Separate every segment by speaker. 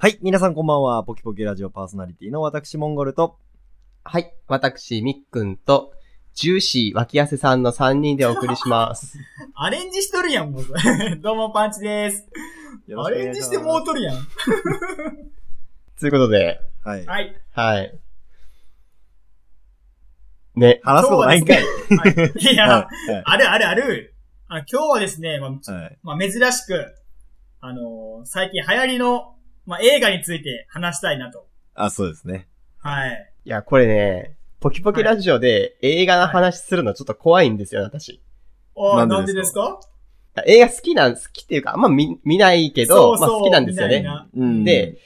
Speaker 1: はい、皆さんこんばんは。ポキポキラジオパーソナリティの私、モンゴルと、
Speaker 2: はい。私、みっくんと、ジューシー、脇汗さんの3人でお送りし ます。
Speaker 3: アレンジしとるやん、もう。 どうも、パンチです。
Speaker 1: よ
Speaker 3: アレンジしてもうとるやん。
Speaker 2: ということで、
Speaker 1: はい。
Speaker 3: はい。
Speaker 2: はい。ね。
Speaker 1: 話すことないんかい。
Speaker 3: 今日はですねはい、
Speaker 1: はい。はい
Speaker 3: いや、あるあるある。あ今日はですね、まあちょ
Speaker 1: はい。
Speaker 3: まあ、珍しく、あのー最近流行りの、まあ、映画について話したいなと。
Speaker 1: あ、そうですね。
Speaker 3: はい。
Speaker 2: いや、これね、ポキポキラジオで映画の話するのちょっと怖いんですよ、私。
Speaker 3: おー
Speaker 1: な
Speaker 3: なんん
Speaker 1: で
Speaker 3: で
Speaker 1: で
Speaker 3: ですすか
Speaker 2: 映画好きなん、好きっていうか、あんま見、見ないけど、まあ好きなんですよ
Speaker 3: みたい
Speaker 2: ね。
Speaker 3: な
Speaker 1: うん
Speaker 2: で、、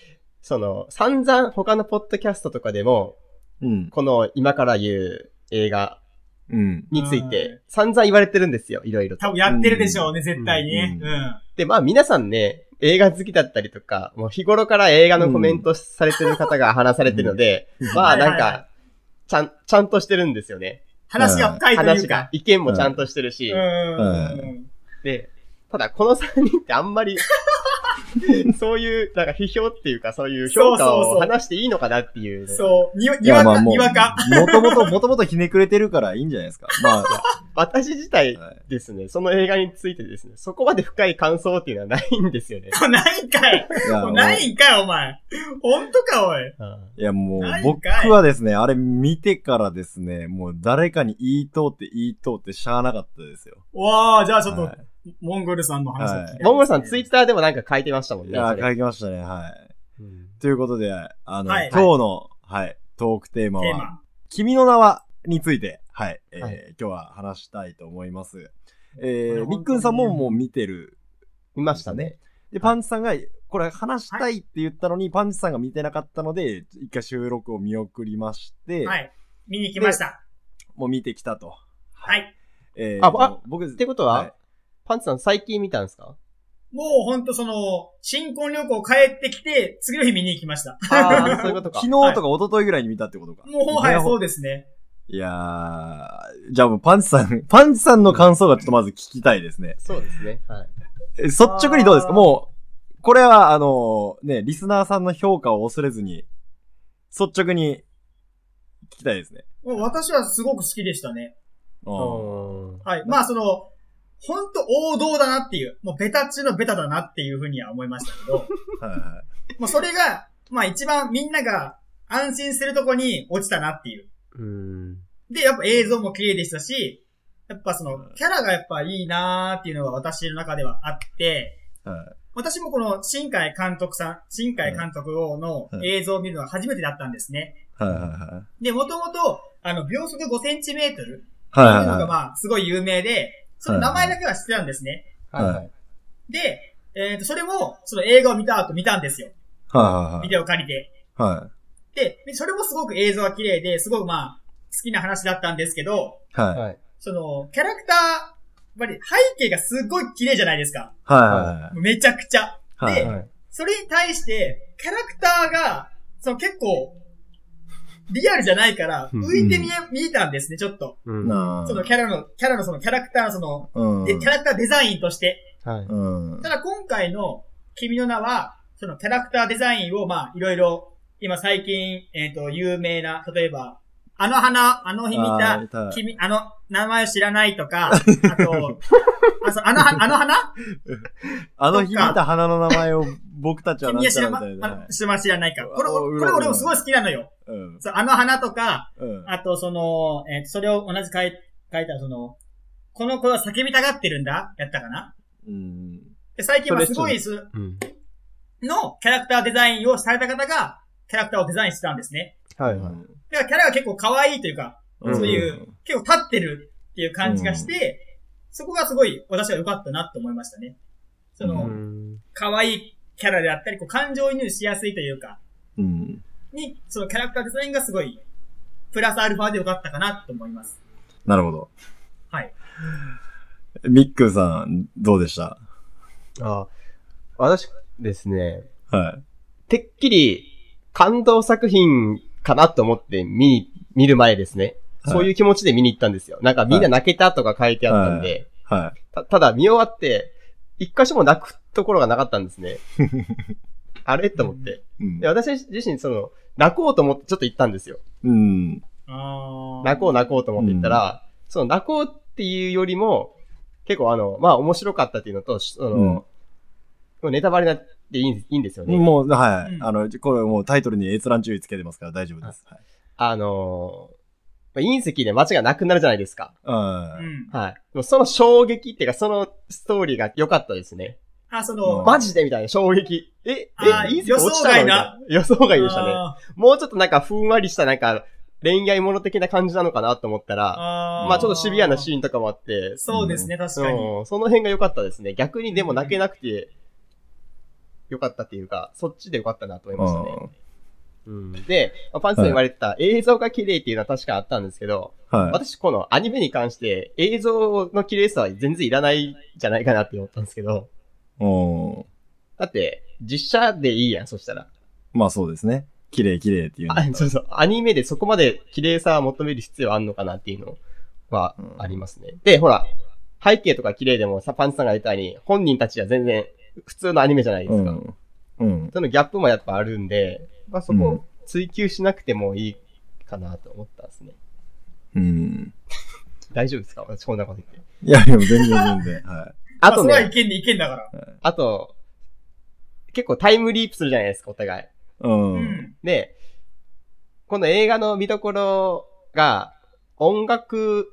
Speaker 2: その、散々他のポッドキャストとかでも、
Speaker 1: うん。
Speaker 2: この今から言う映画
Speaker 1: うん。
Speaker 2: につい
Speaker 3: は
Speaker 2: て散々言われてるんですよ、いろいろと。
Speaker 3: 多分やってるでしょうね、絶対にね。
Speaker 1: う
Speaker 3: うんん。
Speaker 2: で、まあ皆さんね、映画好きだったりとか、もう日頃から映画のコメントされてる方が話されてるので、まあなん
Speaker 3: はいはいは
Speaker 2: か、ちゃん、ちゃんとしてるんですよね。
Speaker 3: 話が深いとい
Speaker 2: 話
Speaker 3: う
Speaker 2: が
Speaker 3: か。、
Speaker 2: 意見もちゃんとしてるし、
Speaker 3: うんうん。
Speaker 2: で、ただこの3人ってあんまり、 そういう、なんか批評っていうか、そういう評価
Speaker 3: そうそうそ
Speaker 2: を
Speaker 3: う
Speaker 2: 話していいのかなっていう。
Speaker 3: そう。にわ、
Speaker 1: い
Speaker 3: にわ
Speaker 1: まあ
Speaker 3: か、
Speaker 1: もう、
Speaker 3: にわか。
Speaker 1: もともと、もともとひねくれてるからいいんじゃないですか。ま
Speaker 2: 私自体
Speaker 1: あ、はい
Speaker 2: ですね、その映画についてですね、そこまで深い感想っていうのはないんですよ ね。
Speaker 3: ないんか い。
Speaker 1: いや。もう
Speaker 3: ないんかい、お前。ほんとか、おい。
Speaker 2: うん
Speaker 1: いや、もう
Speaker 3: ない、ん
Speaker 1: 僕
Speaker 3: かい
Speaker 1: はですね、あれ見てからですね、もう誰かに言い通って言い通ってしゃあなかったですよ。
Speaker 3: わあ、じゃあちょっと
Speaker 1: は、い
Speaker 3: モンゴルさんの話を聞いて、
Speaker 2: モンゴルさんツイッターでもなんか書いてましたもん
Speaker 1: い
Speaker 2: ね。
Speaker 1: や
Speaker 2: そ
Speaker 1: ー、
Speaker 2: れ
Speaker 1: 書きましたね、はい。
Speaker 2: うん
Speaker 1: ということで、あの、
Speaker 3: はい
Speaker 1: 今日の、はい、トークテーマ
Speaker 3: テー
Speaker 1: は、
Speaker 3: マ。
Speaker 1: 君の名はについて、はい、えー
Speaker 2: はい
Speaker 1: 今日は話したいと思います。え
Speaker 3: これ
Speaker 1: ー、
Speaker 3: 本当に
Speaker 1: みっくんさんももう見てる。
Speaker 2: 見ましたね。
Speaker 1: で、パンチさんが、これ話したいって言ったのに、パンチさんが見てなかったので、一回収録を見送りまして、
Speaker 3: はい。見に来ました。
Speaker 1: もう見てきたと。
Speaker 3: は。い。
Speaker 1: えー、
Speaker 2: ああ
Speaker 1: 僕、
Speaker 2: ってことは、パンツさん最近見たんですか
Speaker 3: もうほんとその、新婚旅行帰ってきて、次の日見に行きました。
Speaker 2: ああ、そういうことか
Speaker 1: 昨。日とか一昨日ぐらいに見たってことか。
Speaker 3: もう、はい、そう
Speaker 1: う。
Speaker 3: ですね。
Speaker 1: いやー、じゃあもうパンチさん、パンチさんの感想がちょっとまず聞きたいですね。
Speaker 2: そうですね。はい。
Speaker 1: え率直にどうですか
Speaker 3: あー
Speaker 1: もう、これはあの、ね、リスナーさんの評価を恐れずに、率直に聞きたいですね。
Speaker 3: もう私はすごく好きでしたね。
Speaker 1: うん
Speaker 2: うん
Speaker 3: はい。まあその、ほんと王道だなっていう、もうベタ中のベタだなっていうふうには思いました けど、
Speaker 1: はいは
Speaker 3: もうそれが、まあ一番みんなが安心するとこに落ちたなっていう。
Speaker 2: うん。
Speaker 3: で、やっぱ映像も綺麗でしたし、やっぱその、キャラがやっぱいいなーっていうのが私の中ではあって、
Speaker 1: いはい
Speaker 3: 私もこの新海監督さん、新海監督の
Speaker 1: うん
Speaker 3: 映像を見るのは初めてだったんですね。
Speaker 1: はいは
Speaker 3: で、もともと、あの、秒速5センチメートル
Speaker 1: いはい
Speaker 3: と
Speaker 1: はいいう
Speaker 3: の
Speaker 1: は
Speaker 3: が
Speaker 1: い。
Speaker 3: まあ、すごい有名で、その名前だけは知ってたんですね。
Speaker 2: はいはい。
Speaker 3: で、えっ、と、それも、その映画を見た後見たんですよ。
Speaker 1: はいはいは
Speaker 3: ビ
Speaker 1: い。
Speaker 3: デオ借りて。
Speaker 1: は
Speaker 3: で、それもすごく映像が綺麗で、すごくまあ、好きな話だったんですけど、
Speaker 1: い。はい。はい
Speaker 2: はい。
Speaker 3: その、キャラクター、やっぱり背景がすごい綺麗じゃないですか。
Speaker 1: はい
Speaker 3: めちゃくちゃ。
Speaker 1: はい。はい
Speaker 3: で
Speaker 2: はい
Speaker 3: それに対して、キャラクターが、その結構、リアルじゃないから、
Speaker 2: うん
Speaker 3: 浮いて見え、見えたんですね、ちょっと。
Speaker 2: うん
Speaker 1: なあ
Speaker 3: そのキャラの、キャラのそのキャラクターのその、
Speaker 1: うん。
Speaker 3: でキャラクターデザインとして。
Speaker 2: はい
Speaker 1: うん。
Speaker 3: ただ今回の、君の名は、そのキャラクターデザインを、まあ、いろいろ、今最近、えっ、と、有名な、例えば、あの花、あの日見た、
Speaker 1: あーた
Speaker 3: 君、あの、名前を知らないと か、あと、あそうあのは、あの花
Speaker 1: あの日見た花の名前を僕たちはなん
Speaker 3: 君は
Speaker 1: ち
Speaker 3: 知
Speaker 1: ゃら
Speaker 3: ら
Speaker 1: み
Speaker 3: ま、
Speaker 1: た
Speaker 3: あ
Speaker 1: いな
Speaker 3: の。知ら知らないか。これ、
Speaker 1: あ
Speaker 3: こ
Speaker 1: う
Speaker 3: れ
Speaker 1: ら
Speaker 3: こ
Speaker 1: う
Speaker 3: れ俺
Speaker 1: ら
Speaker 3: もすごい好きなのよ。
Speaker 1: うん。
Speaker 3: そう、あの花とか、
Speaker 1: うん。
Speaker 3: あとその、えーそれを同じ書い書いたその、この声は叫びたがってるんだやったかな
Speaker 1: うん。
Speaker 3: で最近はすごい、す
Speaker 2: うん
Speaker 3: のキャラクターデザインをされた方が、キャラクターをデザインしてたんですね。
Speaker 2: はいはい。
Speaker 3: だからキャラが結構可愛いというか、
Speaker 1: うん
Speaker 3: そういう、結構立ってるっていう感じがして、そこがすごい私は良かったなって思いましたね。その、
Speaker 2: うん
Speaker 3: 可愛いキャラであったり、こう感情移入しやすいというか、
Speaker 1: うん。
Speaker 3: に、そのキャラクターデザインがすごい、プラスアルファで良かったかなと思います。
Speaker 1: なるほど。
Speaker 3: はい。
Speaker 1: みっくんさん、どうでした
Speaker 2: あ私ですね、
Speaker 1: はい。
Speaker 2: てっきり感動作品かなと思って見に、見る前ですね。
Speaker 1: はい
Speaker 2: そういう気持ちで見に行ったんですよ。なんかみんな泣けたとか書いてあったんで。
Speaker 1: はい。
Speaker 2: たただ見終わって、一箇所も泣くところがなかったんですね。あれと思って。
Speaker 1: うん
Speaker 2: で、。私自身、その、泣こうと思ってちょっと行ったんですよ。
Speaker 1: うん。
Speaker 3: あー
Speaker 2: 泣こう泣こうと思って行ったら、その泣こうっていうよりも、結構あの、まあ面白かったっていうのと、その、
Speaker 1: うん
Speaker 2: もうネタバレなっていいいいんですよね。
Speaker 1: もう、はい。
Speaker 3: うん
Speaker 1: あの、これもうタイトルに閲覧注意つけてますから大丈夫です。
Speaker 2: あのー、まあ隕石で街がなくなるじゃないですか。
Speaker 1: は
Speaker 3: う
Speaker 1: い。うん。
Speaker 3: ん。
Speaker 2: はい。でもその衝撃っていうか、そのストーリーが良かったですね。
Speaker 3: あ、そ
Speaker 1: うん
Speaker 3: の、
Speaker 2: マジでみたいな衝撃。え、え、
Speaker 3: あー
Speaker 2: 隕石落ちたの
Speaker 3: 予想外な。
Speaker 2: みたい予想外でしたね。
Speaker 3: あー
Speaker 2: もうちょっとなんかふんわりしたなんか恋愛もの的な感じなのかなと思ったら、
Speaker 3: あー
Speaker 2: まあちょっとシビアなシーンとかもあって、
Speaker 3: そうですね、確かに。
Speaker 2: うんその辺が良かったですね。逆にでも泣けなくて、良かったっていうか、そっちで良かったなと思いましたね。うん、で、まあパンツさん言われてた映像が綺麗っていうのは確かあったんですけど、
Speaker 1: はい。
Speaker 2: 私このアニメに関して映像の綺麗さは全然いらないんじゃないかなって思ったんですけど、
Speaker 1: うん。
Speaker 2: だって実写でいいやん、そしたら。
Speaker 1: まあそうですね。綺麗綺麗っていうの
Speaker 2: あそうそう。アニメでそこまで綺麗さを求める必要あんのかなっていうのは
Speaker 1: うん
Speaker 2: ありますね。で、ほら、背景とか綺麗でもさ、パンツさんが言ったように、本人たちは全然普通のアニメじゃないで
Speaker 1: う
Speaker 2: すか。
Speaker 1: ん。うん。
Speaker 2: そのギャップもやっぱあるんで、まあそこ
Speaker 1: うん
Speaker 2: を追求しなくてもいいかなと思ったんですね。
Speaker 1: うん。
Speaker 2: 大丈夫ですか私こんなこと言っ
Speaker 1: い
Speaker 2: て。
Speaker 1: や、でも全然全然。はい。
Speaker 2: あと
Speaker 3: まそれは
Speaker 2: ね
Speaker 3: い、けんでいけんだから。
Speaker 2: あと、結構タイムリープするじゃないですか、お互い。
Speaker 1: うん。
Speaker 3: う
Speaker 1: うん。
Speaker 3: ん。
Speaker 2: で、この映画の見どころが、音楽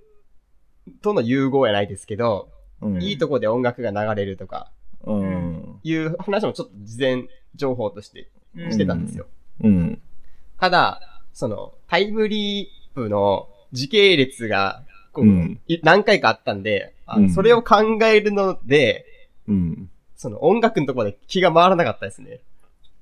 Speaker 2: との融合やないですけど、
Speaker 1: うん
Speaker 2: いいとこで音楽が流れるとか、
Speaker 1: うん。
Speaker 2: いう話もちょっと事前情報として
Speaker 3: うん
Speaker 2: してたんですよ。
Speaker 1: うん。
Speaker 2: ただ、その、タイムリープの時系列が、こう
Speaker 1: うん
Speaker 2: い何回かあったんで、あ
Speaker 1: うん
Speaker 2: それを考えるので、
Speaker 1: うん。
Speaker 2: その音楽のところで気が回らなかったですね。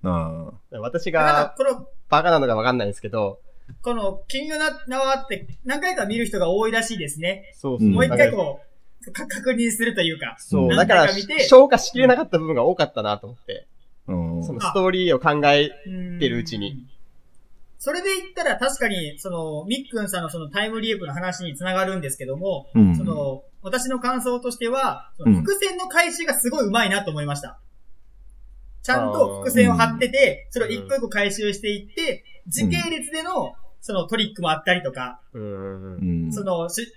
Speaker 1: あ
Speaker 2: 私
Speaker 3: だから
Speaker 2: が、
Speaker 3: この、
Speaker 2: バカなのかわかんないですけど、
Speaker 3: この、君の名はって何回か見る人が多いらしいですね。
Speaker 2: そう
Speaker 1: うん
Speaker 3: もう一回
Speaker 2: だから
Speaker 3: こう、か確認するというか。
Speaker 2: そう、
Speaker 1: うん
Speaker 2: だから
Speaker 3: 何回か見て
Speaker 2: 消化しきれなかった部分が多かったなと思って、
Speaker 1: あ。うん。
Speaker 2: そのストーリーを考え、
Speaker 3: っ
Speaker 2: ってるうちに。
Speaker 3: それで言ったら確かに、その、みっくんさんのそのタイムリープの話につながるんですけども、
Speaker 1: うん
Speaker 3: その、私の感想としては、その
Speaker 1: うん
Speaker 3: 伏線の回収がすごい上手いなと思いました。ちゃんと伏線を張ってて、それを一個一個回収していって、時系列での、そのトリックもあったりとか、
Speaker 2: うん
Speaker 1: う。ん。
Speaker 3: その、し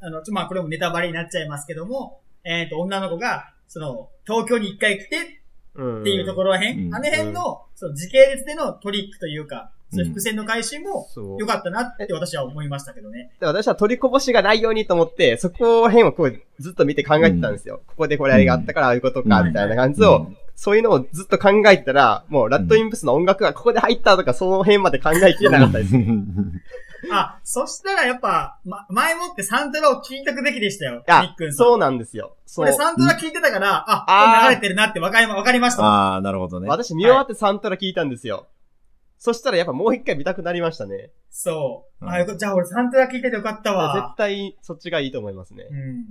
Speaker 3: あの、ちょまあこれもネタバレになっちゃいますけども、えっ、と、女の子が、その、東京に一回来て
Speaker 2: っ
Speaker 3: っていうところらへん、
Speaker 1: うん
Speaker 3: あの辺の、その時系列でのトリックというか、そういう伏線の回収も
Speaker 2: そう
Speaker 3: 良かったなって私は思いましたけどね。
Speaker 2: で私は取りこぼしがないようにと思って、そこら辺をこうずっと見て考えてたんですよ。ここでこれがあったからああいうことか、
Speaker 1: うん
Speaker 2: みたいな感じを、そういうのをずっと考えてたら、もうラッドインプスの音楽がここで入ったとか、その辺まで考えきれなかったです。
Speaker 3: あ、そしたらやっぱ、ま、前もってサントラを聞いとくべきでしたよ。
Speaker 2: いや
Speaker 3: みっくん、さん。
Speaker 2: そうなんですよ。そ
Speaker 3: こ
Speaker 2: う
Speaker 3: れ。サントラ聞いてたから、
Speaker 2: あー
Speaker 3: あ、これ流れてるなってわかりまわかりました。
Speaker 1: ああ、なるほどね。
Speaker 2: 私見終わってサントラ聞いたんですよ。そしたらやっぱもう一回見たくなりましたね。
Speaker 3: そう。
Speaker 1: うん
Speaker 3: あよかじゃあ俺サントラ聞いててよかった
Speaker 2: 絶
Speaker 3: わ。
Speaker 2: 対そっちがいいと思いますね。
Speaker 3: うん。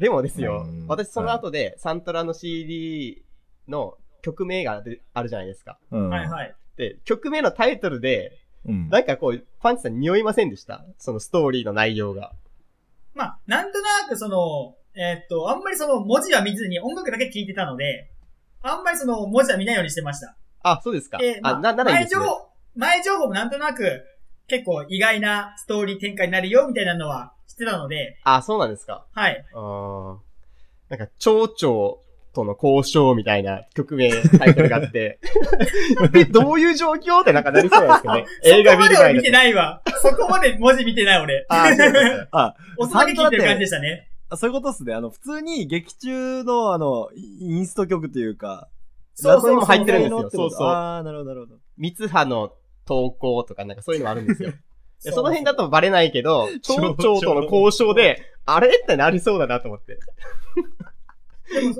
Speaker 2: でもですよ
Speaker 1: うん、
Speaker 2: 私その後でサントラの CD の曲名がであるじゃないですか。
Speaker 1: うん。
Speaker 3: はいはい。
Speaker 2: で、曲名のタイトルで、
Speaker 1: うん。
Speaker 2: なんかこう、パンチさん匂いませんでしたそのストーリーの内容が。
Speaker 3: まあ、なんとなくその、えーっと、あんまりその文字は見ずに音楽だけ聞いてたので、あんまりその文字は見ないようにしてました。
Speaker 2: あ、そうですか。
Speaker 3: えーまあ
Speaker 2: あ、な、ならいい
Speaker 3: 前
Speaker 2: です
Speaker 3: 情
Speaker 2: ね。
Speaker 3: 報、前情報もなんとなく、結構意外なストーリー展開になるよ、みたいなのは知ってたので、
Speaker 2: あ、そうなんですか。
Speaker 3: はい。。
Speaker 2: あーなんか、蝶々との交渉みたいな曲名、タイトルがあって。でどういう状況ってなんかなりそうなんですけどね映画見る
Speaker 3: そこ
Speaker 2: 前
Speaker 3: まで
Speaker 2: だ
Speaker 3: 俺見て
Speaker 2: と。
Speaker 3: ないわ。そこまで文字見てない俺。
Speaker 2: あー、そうですか。
Speaker 1: あ、
Speaker 3: 音だけ聞いてる感じでしたね。
Speaker 1: そういうことっすね。あの、普通に劇中の、あの、イインスト曲というか、
Speaker 3: そう
Speaker 2: 謎
Speaker 3: そう
Speaker 2: にも入ってるんです
Speaker 1: 謎
Speaker 2: よ
Speaker 1: のってこと
Speaker 2: そうそう
Speaker 1: ああ、なるほど、なるほど。
Speaker 2: 三葉の投稿とかなんかそういうのもあるんです よ。で
Speaker 3: う
Speaker 2: その辺だとバレないけど、蝶
Speaker 1: そう
Speaker 2: 々との交渉で、あれってなりそうだなと思って。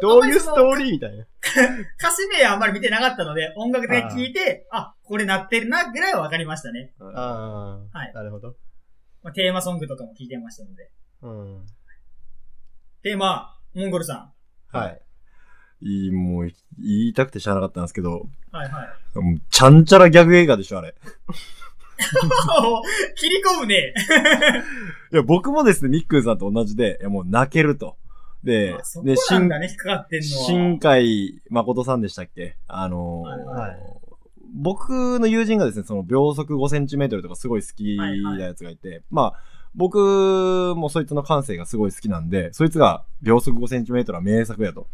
Speaker 2: どういうストー
Speaker 3: ー
Speaker 2: リーみたいな。
Speaker 3: 歌詞名はあんまり見てなかったので、音楽だけ聞いて、あこれ鳴ってるな、ぐらいはわかりましたね。
Speaker 2: ああ、
Speaker 3: はい
Speaker 2: なるほど。
Speaker 3: まあ、テーマソングとかも聞いてましたので。
Speaker 2: うん。
Speaker 3: テーマ、モンゴルさ
Speaker 2: はい。
Speaker 1: いい、もう、言いたくてしゃあなかったんですけど、
Speaker 3: ん。はい はい。
Speaker 1: もうちゃんちゃらギャグ映画でしょ、あれ。
Speaker 3: 切り込むね。
Speaker 1: いや、僕もですね、ミックーさんと同じで、いや、もう泣けると。で
Speaker 3: あ、そこ
Speaker 1: で、
Speaker 3: なん
Speaker 1: 新
Speaker 3: だね、引っかかってんのは。
Speaker 1: 新海誠さんでしたっけあのー
Speaker 2: はい
Speaker 1: 僕の友人がですね、その秒速5センチメートルとかすごい好きなやつがいて、まあ、僕もそいつの感性がすごい好きなんで、そいつが秒速5センチメートルは名作やと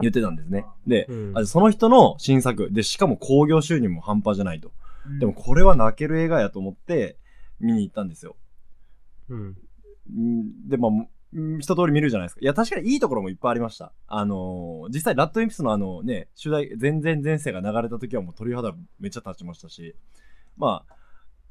Speaker 1: 言ってたんですね。で、
Speaker 2: うん
Speaker 1: あその人の新作で、しかも興行収入も半端じゃないと。
Speaker 3: うん
Speaker 1: でもこれは泣ける映画やと思って見に行ったんですよ。
Speaker 2: うん。
Speaker 1: んで、まあ、うん一通り見るじゃないですか。いや、確かにいいところもいっぱいありました。あのー実際、ラッドウィンプスのあのね、主題、全然前世が流れた時はもう鳥肌めっちゃ立ちましたし、まあ、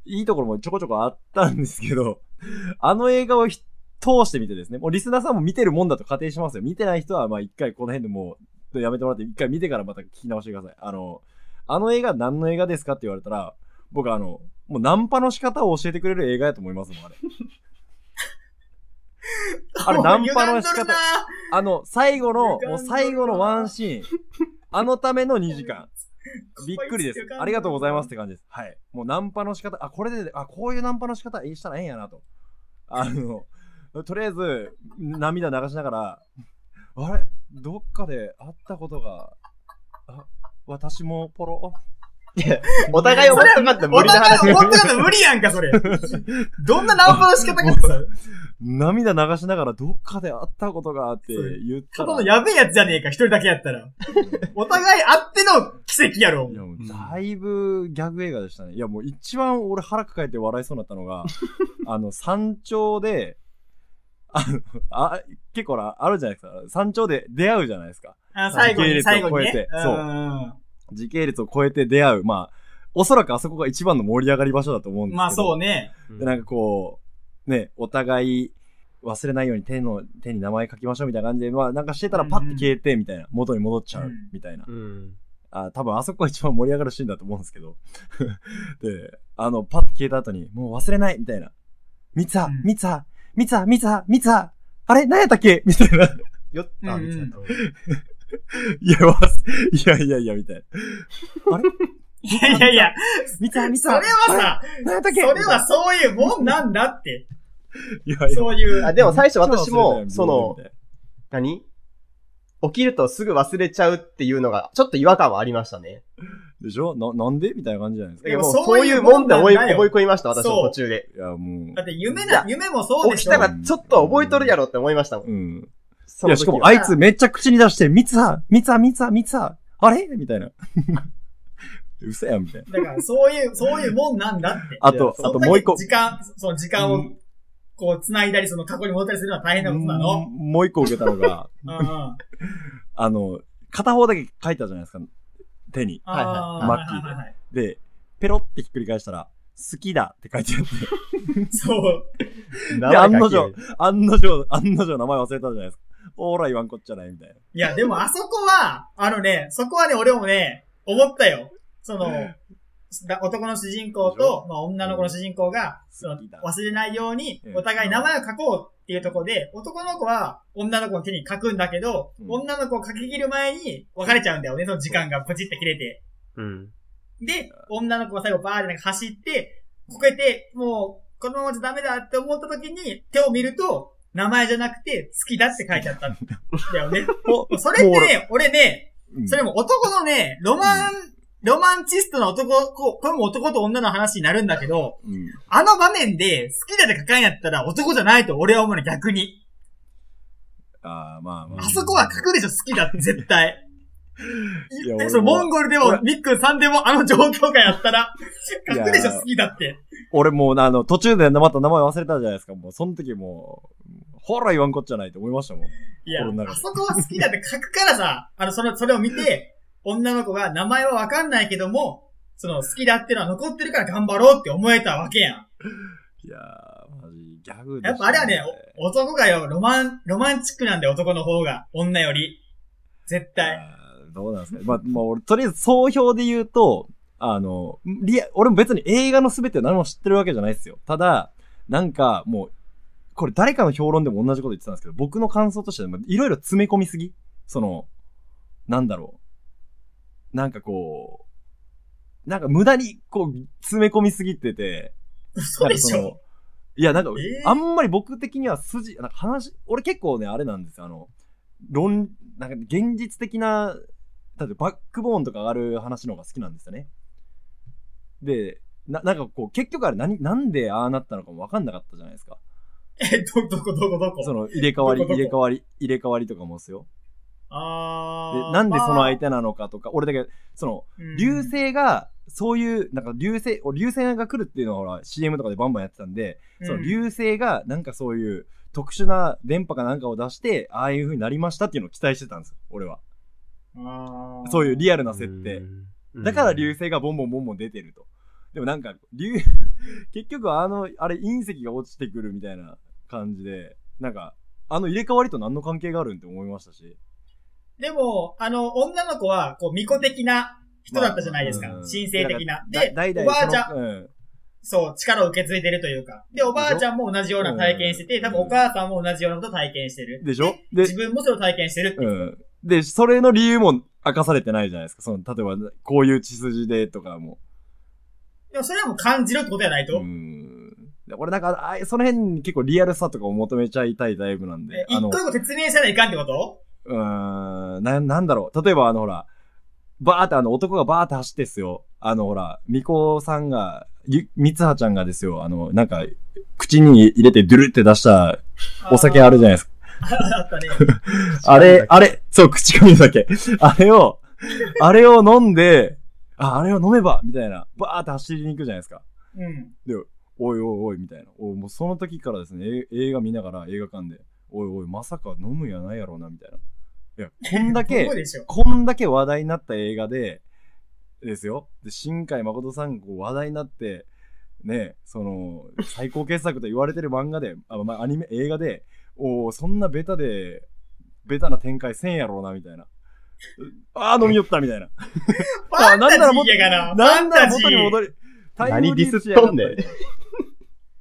Speaker 1: いいところもちょこちょこあったんですけど、 あの映画をひ通してみてですね、もうリスナーさんも見てるもんだと仮定しますよ。見てない人は、まあ一回この辺でもう、やめてもらって、一回見てからまた聞き直してください。あの、あの映画何の映画ですかって言われたら、僕あの、もうナンパの仕方を教えてくれる映画やと思いますもん、あれ。あれ、ナンパの仕
Speaker 3: 歪ん
Speaker 1: 方
Speaker 3: どるな。
Speaker 1: あの、最後の、
Speaker 3: 歪
Speaker 1: も
Speaker 3: んどるな
Speaker 1: う最後のワンシ ーン。あのための2時間。びっくりです。ありがとうございますって感じです。はい。もうナンパの仕方、あ、これで、あ、こういうナンパの仕方、えしたらええんやなと。あの、とりあえず、涙流しながら、あれどっかで会ったことが、あ、私もポロ。
Speaker 2: お互い思ってなかった
Speaker 3: お
Speaker 2: 森の
Speaker 3: 互い
Speaker 2: 話。
Speaker 3: 思ってたの無理やんか、それ。どんなナンパの仕方かってさ、
Speaker 1: 涙流しながら、どっかで会ったことがあって言った
Speaker 3: た
Speaker 1: ら
Speaker 3: だの。やべえやつじゃねえか、一人だけやったら。お互いあっての奇跡やろ
Speaker 1: い。やもう
Speaker 2: うん
Speaker 1: だいぶギャグ映画でしたね。いやもう一番俺腹抱えて笑いそうになったの が、あの山頂で、あのあ結構なあるじゃないですか。山頂で出会うじゃないですか。
Speaker 3: あ最後に、
Speaker 1: 時系
Speaker 3: 最
Speaker 1: 列を
Speaker 3: 後
Speaker 1: 超
Speaker 3: に
Speaker 1: え
Speaker 3: ね
Speaker 1: て。そう時系列を超えて出会う。まあ、おそらくあそこが一番の盛り上がり場所だと思うん
Speaker 3: うん
Speaker 1: ですけど。
Speaker 3: まあそうね。
Speaker 1: で、なんかこう、ね、お互い忘れないように手の、手に名前書きましょうみたいな感じで、まあなんかしてたらパッて消えて、みたいな。元に戻っちゃう、みたいな。
Speaker 2: うん。
Speaker 1: あ多分あそこが一番盛り上がるシーンだと思うんですけど。 で、あの、パッと消えた後に、もう忘れないみたいな。ミツハ
Speaker 3: うん、
Speaker 1: ミツハ、ミツハ、ミツハ、ミツハ、あれ何やったっけみたいな。い
Speaker 2: よっ、あ、見つかった。
Speaker 1: や、忘れいやいやいや、みたいな。
Speaker 3: いやいやいや、
Speaker 1: ミツハ、ミツ
Speaker 3: それ
Speaker 1: ハ、
Speaker 3: は
Speaker 1: あ
Speaker 3: さ、
Speaker 1: れ何やったっけ
Speaker 3: それはそういうもんなんだって。
Speaker 1: みたいな、いやいや
Speaker 3: そういう。
Speaker 2: あ、でも最初
Speaker 1: 忘れ
Speaker 2: 私
Speaker 1: たよ
Speaker 2: も、
Speaker 1: みたいな
Speaker 2: その、何起きるとすぐ忘れちゃうっていうのが、ちょっと違和感はありましたね。
Speaker 1: でしょな、なんでみたいな感じじゃないです
Speaker 2: だ
Speaker 1: か。
Speaker 2: けどもう
Speaker 3: でも
Speaker 2: そ
Speaker 3: そうう
Speaker 2: い
Speaker 3: いうう
Speaker 2: も
Speaker 3: も
Speaker 2: ん
Speaker 3: ん
Speaker 2: で
Speaker 3: なん
Speaker 2: 思
Speaker 3: だ
Speaker 2: い
Speaker 3: よ
Speaker 2: 込みました、私
Speaker 3: そ
Speaker 2: の
Speaker 3: う
Speaker 2: 途中で。
Speaker 1: いや、も
Speaker 3: だって夢
Speaker 2: いや
Speaker 3: だ、夢もそうで
Speaker 2: 起き
Speaker 3: しょ
Speaker 2: た。らちょっと覚えとるやろって思いましたもん
Speaker 1: う。。うん。
Speaker 2: そ
Speaker 1: い
Speaker 2: の
Speaker 1: や、
Speaker 2: 時
Speaker 1: し
Speaker 2: は
Speaker 1: かもあいつめっちゃ口に出して、ミツハ、ミツハ、ミツハ、ミツハ、あれみたいな。 嘘やん、みたいな。
Speaker 3: だから、そういう、そういうもんなんだって。
Speaker 1: あ
Speaker 2: いや
Speaker 1: と、
Speaker 2: そ ん
Speaker 1: あともう一個
Speaker 3: そんだけ。時間、その時間
Speaker 1: う
Speaker 3: を、こう、繋いだり、その過去に戻ったりするのは大変なことな
Speaker 1: う
Speaker 3: の。
Speaker 1: んもう一個受けたの が、
Speaker 3: うんうん。
Speaker 1: あの、片方だけ書いたじゃないですか、手に。
Speaker 2: はいはい
Speaker 3: あ
Speaker 1: マッキーで
Speaker 3: はいはいはい
Speaker 1: で、ペロってひっくり返したら、好きだって書いてあって、
Speaker 3: そう。
Speaker 2: 名前
Speaker 1: 案の
Speaker 2: 書
Speaker 1: 定
Speaker 2: き
Speaker 1: 案の定、案の定名前忘れたじゃないですか。オーラ言わんこっちゃないみたいな。
Speaker 3: いや、でもあそこは、あのね、そこはね、俺もね、思ったよ。その、だ男の主人公
Speaker 1: でしょ
Speaker 3: と、まあ、女の子の主人公が、その
Speaker 1: 好きだ
Speaker 3: 忘れないように
Speaker 1: う、ん
Speaker 3: お互い名前を書こうっていうところで、男の子は女の子の手に書くんだけど、
Speaker 1: うん
Speaker 3: 女の子を書き切る前に別れちゃうんだよね、その時間がポチって切れて。
Speaker 2: うん。
Speaker 3: で、女の子が最後バーってなんか走って、こけて、もう、このままじゃダメだって思った時に、手を見ると、名前じゃなくて、好きだって書いちゃったんだよね。
Speaker 1: お
Speaker 3: それって
Speaker 1: もう俺
Speaker 3: ね、俺ね、
Speaker 1: うん
Speaker 3: それも男のね、ロマン、ロマンチストな男、こうこれも男と女の話になるんだけど、
Speaker 1: うん
Speaker 3: あの場面で好きだって書かんやったら男じゃないと俺は思うの逆に。
Speaker 1: あーまあまあ。
Speaker 3: あそこは書くでしょ、好きだって絶対。
Speaker 1: いや
Speaker 3: え
Speaker 1: 俺
Speaker 3: その
Speaker 1: も
Speaker 3: モンゴルでも、ミックンさんでもあの状況下やったら、
Speaker 1: いや
Speaker 3: 書くでしょ、好きだって。
Speaker 1: 俺もう、あの、途中でまた名前忘れたじゃないですか。もう、その時もう、ほら言わんこっちゃないって思いましたもん。
Speaker 3: いや、
Speaker 1: 心の中
Speaker 3: あ
Speaker 1: で
Speaker 3: そこは好きだって書くからさ、あの、その、それを見て、女の子が名前はわかんないけども、その好きだってのは残ってるから頑張ろうって思えたわけやん。
Speaker 1: いやー、マジ、ギャグで
Speaker 3: や
Speaker 1: し
Speaker 3: ったぱあれはね、お男がよ、ロマン、ロマンチックなんだよ、男の方が。女より。絶対。
Speaker 1: あーどうなんですかね。まあ、まあ、俺、とりあえず総評で言うと、あの、リア、俺も別に映画の全てを何も知ってるわけじゃないですよ。ただ、なんか、もう、これ誰かの評論でも同じこと言ってたんですけど、僕の感想としては、まあいろいろ詰め込みすぎその、なんだろう。なんかこう、なんか無駄に、こう、詰め込みすぎてて、
Speaker 3: 嘘でし
Speaker 1: なん
Speaker 3: ょ
Speaker 1: かいや、なんか、
Speaker 3: えー
Speaker 1: あんまり僕的には筋、なんか話、俺結構ね、あれなんですよ、あの、論、なんか現実的な、だってバックボーンとかがある話の方が好きなんですよね。で、な、なんかこう、結局あれ、何、なんでああなったのかもわかんなかったじゃないですか。
Speaker 3: え、ど、どこどこどこ
Speaker 1: その、入れ替わり、
Speaker 3: どこど
Speaker 1: 入
Speaker 3: こ
Speaker 1: れ替わり、入れ替わりとかもっすよ。で、
Speaker 3: あー。
Speaker 1: なんでその相
Speaker 3: 手、
Speaker 1: 手なのかとか、俺だけ、その、
Speaker 3: うん
Speaker 1: 流星が、そういう、なんか流星、俺流星が来るっていうのはほら CM とかでバンバンやってたんで、その流星がなんかそういう特殊な電波かなんかを出して、ああいう風になりましたっていうのを期待してたんですよ、俺は。そういうリ
Speaker 3: ア
Speaker 1: アルな設定。
Speaker 2: うん。
Speaker 1: だから流星がボンボンボンボン出てると。でもなんか、流、 結局あの、あれ隕石が落ちてくるみたいな感じで、なんか、あの入れ替わりと何の関係があるんって思いましたし。
Speaker 3: でも、あの、女の子は、こう、巫女的な人だったじゃないですか。
Speaker 1: まあうん
Speaker 3: 神聖的な。
Speaker 1: だ
Speaker 3: で、
Speaker 1: 代
Speaker 3: お
Speaker 1: 々
Speaker 3: ばあ
Speaker 1: そ
Speaker 3: ちゃん、
Speaker 1: の、うん。
Speaker 3: そう、力を受け継いでるというか。で、おばあちゃんも同じような体験してて、
Speaker 1: うん
Speaker 3: 多分お母さんも同じようなことを体験してる。
Speaker 1: でしょで
Speaker 3: 自分もそれを体験してるっていう。
Speaker 1: うん。で、それの理由も明かされてないじゃないですか。その、例えば、こういう血筋でとかも。
Speaker 3: でもそれはもう感じるってことやないと。
Speaker 1: うん。で俺なんか、あその辺に結構リアルさとかを求めちゃいたいタイプなん
Speaker 3: で
Speaker 1: で、
Speaker 3: 一
Speaker 1: の、
Speaker 3: 個一個説明せないかんってこと
Speaker 1: うーん、な、なんだろう。例えばあのほら、バーってあの男がバーって走ってっすよ。あのほら、巫女さんが、ゆ、三葉ちゃんがですよ、あの、なんか、口に入れてドゥルって出したお酒あるじゃないですか。
Speaker 3: あったね。
Speaker 1: あれ、あれ、そう、口紙酒。 あれを、あれを飲んで、あ、あれを飲めば、みたいな、バーって走りに行くじゃないですか。
Speaker 3: うん。
Speaker 1: おいおいおい、みたいな。おいもうその時からですね、え映画見ながら映画館で、おいおい、まさか飲むんやないやろうな、みたいな。いや、こんだけ
Speaker 3: そう、でしょ。
Speaker 1: こんだけ話題になった映画で、ですよ。で、新海誠さんがこう話題になって、ね、その、最高傑作と言われてる漫画で、あまあ、アニメ、映画で、おおそんなベタで、ベタな展開せんやろうな、みたいな。ああ、飲みよった、みたいな。
Speaker 3: ファンタ
Speaker 1: な
Speaker 3: ジ
Speaker 1: んならもっ
Speaker 3: ーやがな。
Speaker 1: なんだ、
Speaker 3: ファンタジ
Speaker 1: 元
Speaker 3: ー
Speaker 1: に戻り、
Speaker 2: 何ディスっとんねん
Speaker 1: タイムリープしやがっ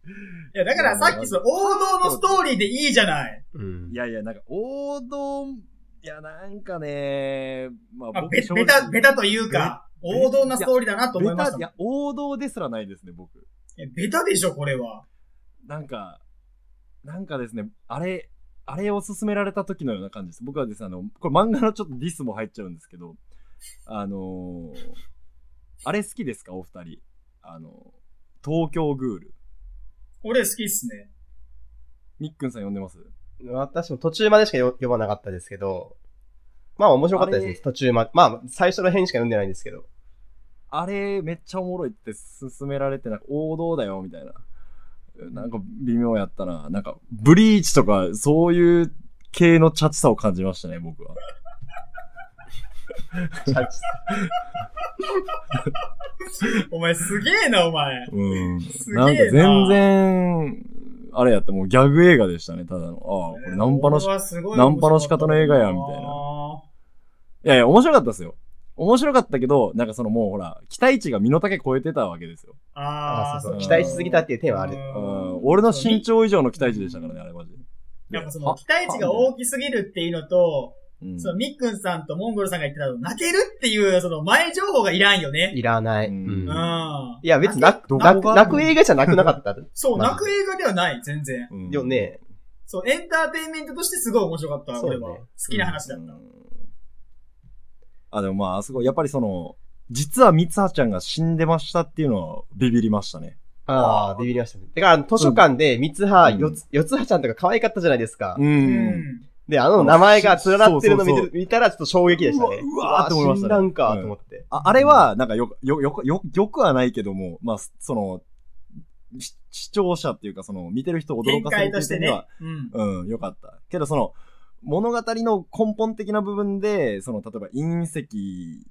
Speaker 1: た
Speaker 3: いや、だからさっきその王道のストーリーでいいじゃない。
Speaker 2: うん
Speaker 1: い。やいや、なんか、王道、いや、なんかね、まあ、
Speaker 3: まあ、
Speaker 1: 僕
Speaker 3: べ、
Speaker 1: 正
Speaker 3: べ
Speaker 1: 直
Speaker 3: た、べたというか、王道なストーリーだなと思い
Speaker 1: ベ
Speaker 3: まし
Speaker 1: タい
Speaker 3: たもん。
Speaker 1: や、王道ですらないですね、僕。
Speaker 3: えベタでしょ、これは。
Speaker 1: なんか、なんかですね、あれ、あれを勧められた時のような感じです。僕はですね、あの、これ漫画のちょっとディスも入っちゃうんですけど、あのーあれ好きですか、お二人。あの、東京グール。
Speaker 3: 俺好きっすね。
Speaker 1: みっくんさん呼んでます
Speaker 2: 私も途中までしかよ読まなかったですけど、まあ面白かったです
Speaker 1: あ
Speaker 2: ね、
Speaker 1: れ
Speaker 2: 途中まで。まあ、最初の辺しか読んでないんですけど。
Speaker 1: あれ、めっちゃおもろいって勧められて、なんか王道だよ、みたいな。なんか微妙やったな。なんか、ブリーチとか、そういう系のチャチさを感じましたね、僕は。
Speaker 3: お前すげえな、お前。
Speaker 1: うん。
Speaker 3: すげえな
Speaker 1: なんか全然、あれやった、もうギャグ映画でしたね、ただの。ああ、これナンパのし、い
Speaker 3: 俺はすごい
Speaker 1: ナンパの仕方の映画やみたいな
Speaker 3: あ
Speaker 1: やいや、面白かったですよ。面白かったけど、なんかそのもうほら、期待値が身の丈超えてたわけですよ。
Speaker 3: ー あ
Speaker 2: あ
Speaker 3: ー、
Speaker 2: そうそう。
Speaker 1: う
Speaker 2: 期待しすぎたっていう点はあ
Speaker 3: う
Speaker 2: る。
Speaker 1: うんん。俺の身長以上の期待値でしたからね、あれマジで。
Speaker 3: やっぱその、期待値が大きすぎるっていうのと、
Speaker 1: うん
Speaker 3: その、みっくんさんとモンゴルさんが言ってたの、泣けるっていう、その、前情報がいらんよね。
Speaker 2: いらない。
Speaker 1: う
Speaker 2: うん。
Speaker 3: うんん。
Speaker 2: いや、別に泣く、
Speaker 1: どこが
Speaker 2: 泣く、泣く映画じゃなくなかった。
Speaker 3: そう、
Speaker 2: まあ
Speaker 3: 泣く映画ではない、全然。
Speaker 1: うん
Speaker 2: よね。
Speaker 3: そう、エンターテインメントとしてすごい面白かった、
Speaker 2: そう
Speaker 3: 俺
Speaker 2: ね
Speaker 3: は。好きな話だった。
Speaker 1: あ、でもまあ、あそこ、やっぱりその、実は三葉ちゃんが死んでましたっていうのはビビりましたね。
Speaker 2: ああ、ビビりましたね。だから、図書館で、三葉、
Speaker 1: うん
Speaker 2: 四つ、四葉ちゃんとか可愛かったじゃないですか
Speaker 1: う。。
Speaker 3: うんん。
Speaker 2: で、あの名前が連なってるの見
Speaker 1: そう
Speaker 2: て
Speaker 1: そう
Speaker 2: る見たら、ちょっと衝撃でしたね。
Speaker 1: うわうわーって思いましたね
Speaker 2: 死んだんか、と思って。
Speaker 1: ああれは、なんかよく、よ、よく、よよくはないけども、まあ、その、し視聴者っていうか、その、見てる人を驚
Speaker 3: 展
Speaker 1: かせ
Speaker 3: 開
Speaker 1: る
Speaker 3: と
Speaker 1: っ
Speaker 3: して
Speaker 1: い
Speaker 3: て
Speaker 1: う点で
Speaker 3: ね
Speaker 1: は、。
Speaker 3: うん。
Speaker 1: うん、よかった。けど、その、物語の根本的な部分で、その、例えば隕石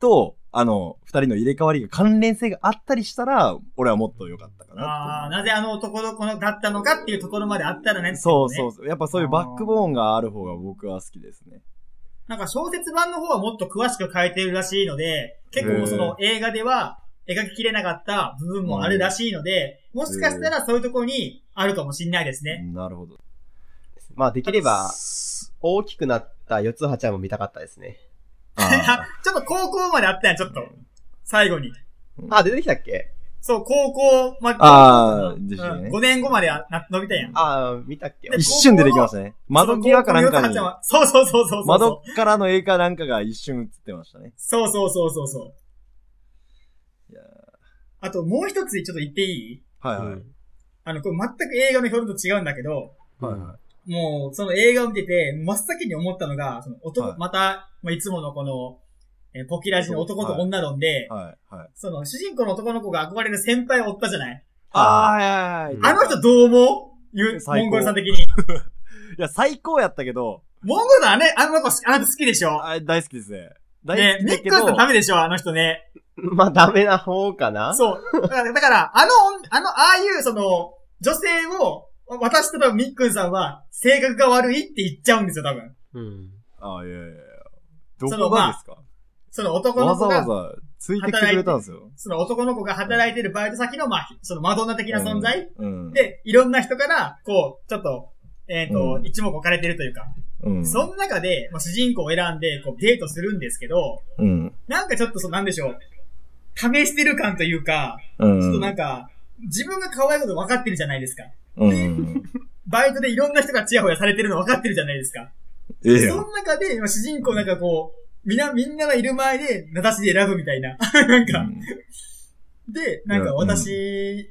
Speaker 1: と、あの、二人の入れ替わりが関連性があったりしたら、俺はもっと良かったかなって
Speaker 3: ああ、なぜあの男の子だったのかっていうところまであったらねっていね。
Speaker 1: そうそうそう。やっぱそういうバックボーンがある方が僕は好きですね。
Speaker 3: なんか小説版の方はもっと詳しく書いてるらしいので、結構その映画では描ききれなかった部分もあるらしいので、もしかしたらそういうところにあるかもしんないですね。
Speaker 1: なるほど。
Speaker 2: まあ、できれば、
Speaker 1: す
Speaker 2: 大きくなった四葉ちゃんも見たかったですね。
Speaker 1: あ
Speaker 3: ちょっと高校まであったやん、ちょっと。最後に。
Speaker 1: ー
Speaker 2: あ、出てきたっけ
Speaker 3: そう、高校まで、
Speaker 1: あー
Speaker 3: うん
Speaker 1: ですよね
Speaker 3: 5年後まではな伸びたやん。
Speaker 2: あー、見たっけ
Speaker 3: で
Speaker 1: 一瞬出てきました ね。窓際かなんかに、
Speaker 3: そうそうそうそうそう。
Speaker 1: 窓からの映画なんかが一瞬映ってましたね。
Speaker 3: そうそうそうそうそう。
Speaker 1: いやー
Speaker 3: あともう一つちょっと言っていい
Speaker 1: はいは
Speaker 2: う
Speaker 1: い。
Speaker 2: ん
Speaker 3: あの、これ全く映画の表現と違うんだけど、
Speaker 1: はいは
Speaker 3: もうその映画を見てて、真っ先に思ったのが、その男、
Speaker 1: はい
Speaker 3: また、まあいつものこの、えーポキラジの男と女論で、
Speaker 1: い。はいはい。
Speaker 3: その主人公の男の子が憧れる先輩を追ったじゃない
Speaker 1: あー、はいはいはい。
Speaker 3: あの人どう思う言う、
Speaker 1: 最高
Speaker 3: モンゴルさん的に。
Speaker 1: いや、最高やったけど、
Speaker 3: モンゴルさんあれ、あの子、あなた好きでしょ
Speaker 1: あ大好きですね。大
Speaker 3: ね
Speaker 1: 好、き
Speaker 3: ミ
Speaker 1: だ
Speaker 3: ッ
Speaker 1: け
Speaker 3: クさ
Speaker 1: ど
Speaker 3: ん、ダメでしょあの人ね。
Speaker 2: まあ、ダメな方かな
Speaker 3: そう。だから、だからあの、あの、ああいう、その、女性を、私と多分みっくんさんは、性格が悪いって言っちゃうんですよ、多分。
Speaker 2: うん。
Speaker 1: あーいやいやいや。ど
Speaker 3: その
Speaker 1: こなんですか
Speaker 3: その男
Speaker 1: わ
Speaker 3: の
Speaker 1: ざ
Speaker 3: 子が、
Speaker 1: わざついてきてくれたんですよ。
Speaker 3: その男の子が働いてるバイト先の、まあ、そのマドンナ的な存在、
Speaker 1: うん。
Speaker 3: で、いろんな人から、こう、ちょっと、えっ、と、
Speaker 1: うん
Speaker 3: 一目置かれてるというか、
Speaker 1: うん。
Speaker 3: その中で、まあ、主人公を選んで、こう、デートするんですけど、
Speaker 1: うん。
Speaker 3: なんかちょっとその、なんでしょう、試してる感というか、
Speaker 1: うん。
Speaker 3: ちょっとなんか、自分が可愛いこと分かってるじゃないですか。
Speaker 1: うん。
Speaker 3: バイトでいろんな人がチヤホヤされてるの分かってるじゃないですか。
Speaker 1: ええや
Speaker 3: そ
Speaker 1: ん。
Speaker 3: の中で、今主人公なんかこう、みんな、みんながいる前で、名指しで選ぶみたいな。 なんか、で、なん
Speaker 1: いや
Speaker 3: か私、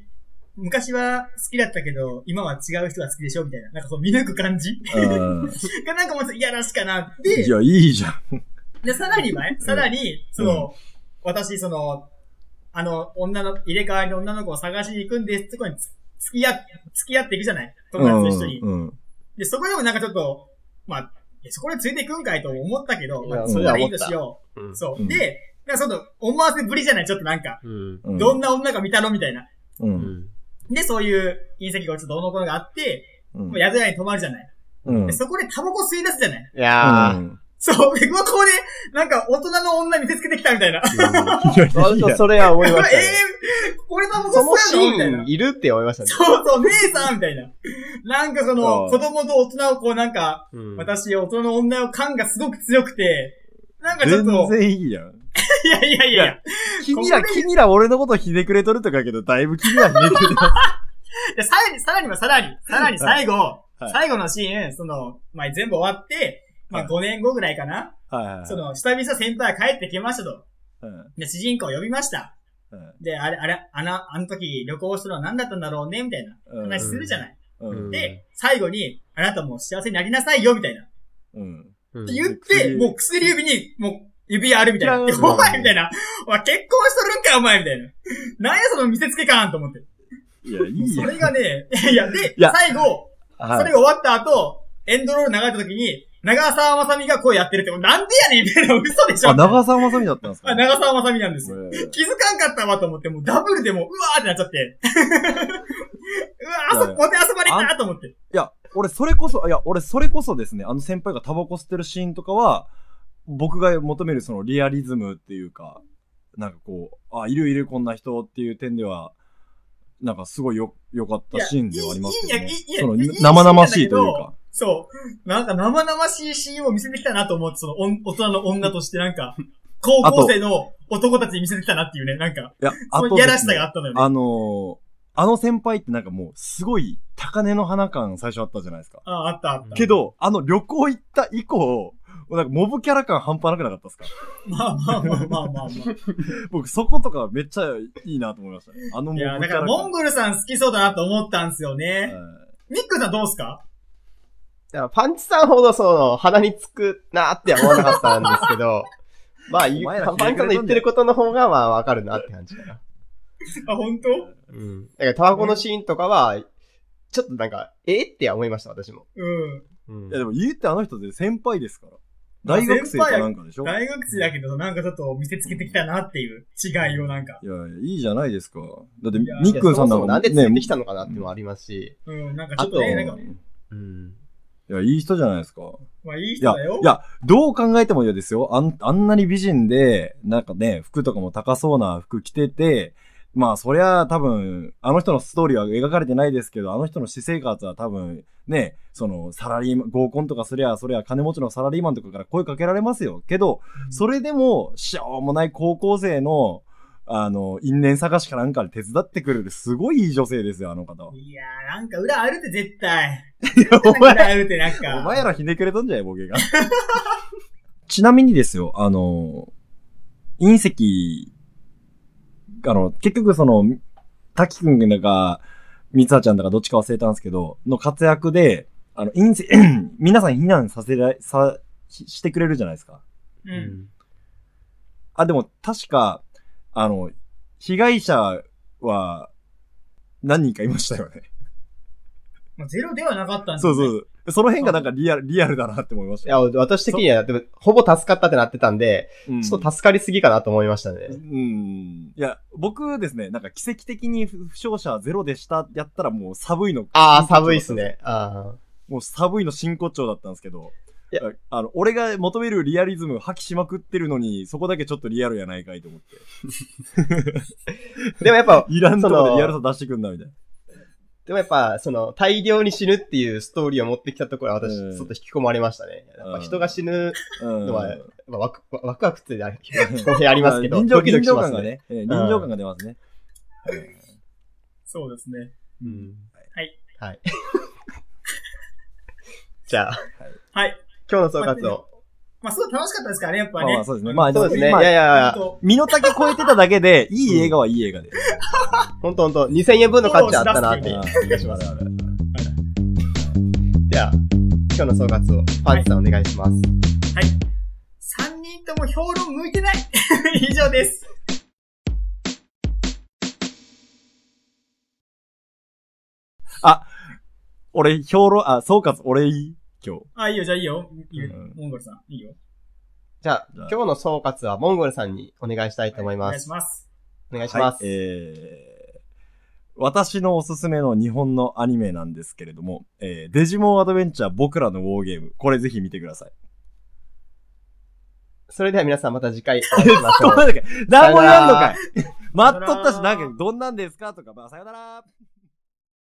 Speaker 3: 昔は好きだったけど、今は違う人が好きでしょみたいな。なんかこう見抜く感じ
Speaker 1: うん。うん
Speaker 3: がなんかもう嫌らしかなっ
Speaker 1: い
Speaker 3: て、
Speaker 1: や、いいじゃん。
Speaker 3: で、さらにはね、さらに、その、私、その、あの、女の、入れ替わりの女の子を探しに行くんですってとこにつ付き合っ、付き合っていくじゃない友達と一緒に。
Speaker 1: うん。うん
Speaker 3: で、そこでもなんかちょっと、まあ、いやそこでついていくんかいと思ったけど、
Speaker 2: いや
Speaker 3: まあ、それならいいとしよ
Speaker 2: う
Speaker 3: う。
Speaker 2: ん。
Speaker 3: そうう。
Speaker 1: ん
Speaker 3: で、なんかその、思わせぶりじゃないちょっとなんか、
Speaker 2: うん。
Speaker 1: うん。
Speaker 3: どんな女が見たのみたいな。
Speaker 1: う。
Speaker 2: うんん。
Speaker 3: で、そういう隕石がちょっとどうのこうのがあって、
Speaker 1: うん
Speaker 3: もう宿屋に泊まるじゃない。
Speaker 1: うん
Speaker 3: でそこでタバコ吸い出すじゃない
Speaker 2: いやー。
Speaker 3: そう。で、ここで、なんか大人の女見せつけてきたみたい な。
Speaker 2: うん、ちょっとそれは思
Speaker 3: え
Speaker 2: いました ね。
Speaker 3: ー、これタバコ吸
Speaker 2: その
Speaker 3: う
Speaker 2: シ
Speaker 3: のみたい
Speaker 2: ー
Speaker 3: な
Speaker 2: ン。いるって思いましたね。
Speaker 3: そうそう、姉さんみたいな。なんかその、
Speaker 1: あー
Speaker 3: 子供と大人をこうなんか、
Speaker 2: うん
Speaker 3: 私、大人の女を感がすごく強くて、なんかちょ
Speaker 1: 全
Speaker 3: っと、
Speaker 1: 然いいやん。
Speaker 3: いやいやい
Speaker 1: い
Speaker 3: や
Speaker 1: や。君ら、君ら俺のことひねくれとるとかやけど、だいぶ君らひねくれて
Speaker 3: で、さらに、さらにはさらに、さらに最後、
Speaker 1: いはい
Speaker 3: 最後のシーン、その、まあ、全部終わって、まあ、
Speaker 1: はい
Speaker 3: 5年後ぐらいかな、
Speaker 1: た。はいはい。
Speaker 3: その、久々先輩が帰ってきましたと。
Speaker 1: うん。
Speaker 3: で、主人公を呼びました。
Speaker 1: うん
Speaker 3: で、あれ、あれ、あの、あの時旅行したのは何だったんだろうね、みたいな
Speaker 1: うん
Speaker 3: 話するじゃない。
Speaker 1: うん。
Speaker 3: で、最後に、あなたも幸せになりなさいよ、みたいな。っ
Speaker 1: うん。
Speaker 2: うん
Speaker 3: て言って、
Speaker 1: うん
Speaker 3: もう薬指に、もう、指あるみたいな。
Speaker 1: うん
Speaker 3: でお前みたいな。お前結婚しとるんか、お前みたいな。なんやその見せつけ感と思って。
Speaker 1: いや、いい
Speaker 3: そ
Speaker 1: やん。
Speaker 3: れがね、いや、で、
Speaker 1: いや
Speaker 3: 最後、そ
Speaker 1: は
Speaker 3: れ
Speaker 1: い。
Speaker 3: が終わった後、エンドロール流れた時に、長澤まさみが声やってるって、なんでやねんみたいな嘘でしょ
Speaker 1: あ、長澤まさみだったんですか
Speaker 3: あ長澤まさみなんですよ。
Speaker 1: ええ
Speaker 3: 気づかんかったわと思って、もうダブルでもう、うわーってなっちゃって。 うわー、あそこで遊ばれたと思って。
Speaker 1: いや、俺それこそ、いや、俺それこそですね、あの先輩がタバコ吸ってるシーンとかは、僕が求めるそのリアリズムっていうか、なんかこう、あ、いるいるこんな人っていう点では、なんかすごいよ、良かったシーンではありますけど、ね。
Speaker 3: いやいいいい
Speaker 1: その
Speaker 3: いいいいい
Speaker 1: 生々しいというか。
Speaker 3: そう。なんか生々しいシーンを見せてきたなと思って、そのおん大人の女としてなんか、高校生の男たちに見せてきたなっていうね、なんか、
Speaker 1: いや、
Speaker 3: そ
Speaker 1: あ
Speaker 3: の
Speaker 1: と
Speaker 3: いや
Speaker 1: で
Speaker 3: らし
Speaker 1: す
Speaker 3: さ
Speaker 1: ね
Speaker 3: があったのよね。
Speaker 1: あのーあの先輩ってなんかもう、すごい、高嶺の花感最初あったじゃないですか。
Speaker 3: ああったあった。
Speaker 1: けど、あの旅行行った以降、なんかモブキャラ感半端なくなかったですか
Speaker 3: まあまあまあまあまあまあ。
Speaker 1: 僕そことかめっちゃいいなと思いましたね。あのモ
Speaker 3: い
Speaker 1: ブキャ
Speaker 3: や、
Speaker 1: ラ
Speaker 3: だ
Speaker 1: 感。
Speaker 3: から、モンゴルさん好きそうだなと思ったんですよね。
Speaker 1: はい
Speaker 3: ミックさんどうすか
Speaker 2: だからパンチさんほどその、鼻につくなーって思わなかったんですけど、まあ、言う
Speaker 1: お前ら
Speaker 2: パンチさんの言ってることの方がまあわかるなって感じかな。
Speaker 3: あ、本当
Speaker 2: うん。だからタバコのシーンとかは、ちょっとなんか、えーって思いました、私も。
Speaker 3: うん。
Speaker 2: うん
Speaker 1: いやでも言ってあの人って先輩ですから。大学生かなんかでしょいや
Speaker 3: 大学生だけど、なんかちょっと見せつけてきたなっていう違いをなんか、
Speaker 1: いや、いいじゃないですか。だって、
Speaker 3: い
Speaker 1: み
Speaker 3: や
Speaker 1: っくんさん
Speaker 2: な
Speaker 1: なんん
Speaker 2: な
Speaker 1: か
Speaker 2: んでつ
Speaker 1: ね、
Speaker 2: いてきたのかなっていうのもありますし。
Speaker 3: うん、なんかちょっと
Speaker 2: あ
Speaker 3: ね、
Speaker 2: と
Speaker 3: なんか、
Speaker 2: うん。
Speaker 1: いや、いい人じゃないですか。
Speaker 3: まあいい
Speaker 1: い
Speaker 3: 人
Speaker 1: や、
Speaker 3: だよ。
Speaker 1: いや、どう考えてもよですよ。あん、あんなに美人で、なんかね、服とかも高そうな服着てて、まあ、そりゃ多分、あの人のストーリーは描かれてないですけど、あの人の私生活は多分、ね、その、サラリーマン、合コンとかすりゃ、そりゃ金持ちのサラリーマンとかから声かけられますよ。けど、それでも、しょうもない高校生の、あの、因縁探しかなんかで手伝ってくれる、すごいいい女性ですよ、あの方は。
Speaker 3: いやー、なんか裏あるって絶対。絶 対なんか裏あるってなんか。
Speaker 1: お前らひねくれとんじゃないボケが。 ちなみにですよ、あの、隕石、あの、結局その、滝くんだか、三葉ちゃんだかどっちか忘れたんですけど、の活躍で、あの、隕石、 皆さん避難させら、さ、ししてくれるじゃないですか。
Speaker 3: うん。
Speaker 1: あ、でも確か、あの、被害者は、何人かいましたよね。
Speaker 3: まあ、ゼロではなかったんです
Speaker 1: そう
Speaker 3: よね
Speaker 1: そう。その辺がなんかリアル、リアルだなって思いまし
Speaker 2: い
Speaker 1: た
Speaker 2: や、
Speaker 1: よ。
Speaker 2: 私的には、でも、ほぼ助かったってなってたんで、
Speaker 1: うん
Speaker 2: ちょっと助かりすぎかなと思いましたね。
Speaker 1: うん。いや、僕ですね、なんか奇跡的に負傷者ゼロでした、やったらもう寒いの。
Speaker 2: ああ、寒いっす。ね。ああ。
Speaker 1: もう寒いの真骨頂だったんですけど。
Speaker 2: いや
Speaker 1: あの、俺が求めるリアリズム破棄しまくってるのに、そこだけちょっとリアルやないかいと思って。
Speaker 2: でもやっぱ、
Speaker 1: いらんとこ
Speaker 2: そ
Speaker 1: で
Speaker 2: の
Speaker 1: リアルさ出してくんな、みたいな。
Speaker 2: でもやっぱ、その、大量に死ぬっていうストーリーを持ってきたところは私、
Speaker 1: うん
Speaker 2: ちょっと引き込まれましたね。やっぱ人が死ぬ
Speaker 1: うん。
Speaker 2: のは、まあワクワクワクってあれあります けど、
Speaker 1: 臨場
Speaker 2: ドキド
Speaker 1: 臨
Speaker 2: キし
Speaker 1: 場
Speaker 2: ま
Speaker 1: 感
Speaker 2: す
Speaker 1: が
Speaker 2: ね。
Speaker 1: ね、えー臨場感が出ますね。
Speaker 3: そうですね。
Speaker 2: うん
Speaker 3: はい。
Speaker 2: はい。じゃあ、
Speaker 3: はい。
Speaker 2: 今日の総括を。
Speaker 3: まあ、すごい楽しかったですからね、やっ
Speaker 1: ま
Speaker 3: ぱ
Speaker 1: あ
Speaker 3: ね。
Speaker 1: まあそうですね。まあ
Speaker 2: そうですね。い
Speaker 1: まあ
Speaker 2: やいやいや
Speaker 3: 本、当
Speaker 1: 身の丈超えてただけで、いい映画はいい映画です。
Speaker 2: ほんとほんと、2000円分の価値あったなって
Speaker 3: う。
Speaker 1: お願いします。
Speaker 2: じゃあ、今日の総括を、パンチさんお願いします。
Speaker 3: 3人とも評論向いてない 以上です。
Speaker 1: 俺、評論、あ、総括、俺いい今日。
Speaker 3: あ、いいよ、じゃあいいよ。いいよ
Speaker 1: うん
Speaker 3: モンゴルさん、いいよ。
Speaker 2: じゃあ、
Speaker 1: じゃあ
Speaker 2: 今日の総括はモンゴルさんにお願いしたいと思い
Speaker 3: お
Speaker 2: ま
Speaker 3: 願い
Speaker 2: す。
Speaker 3: します。
Speaker 2: お願いします。
Speaker 1: はい、えー、私のおすすめの日本のアニメなんですけれども、えー、デジモンアドベンチャー僕らのウォーゲーム。これぜひ見てください。
Speaker 2: それでは皆さんまた次回お会いしましょ う。
Speaker 1: 何も言わんのかい待っとったし、なんか、どんなんですかとか、まあ、さよなら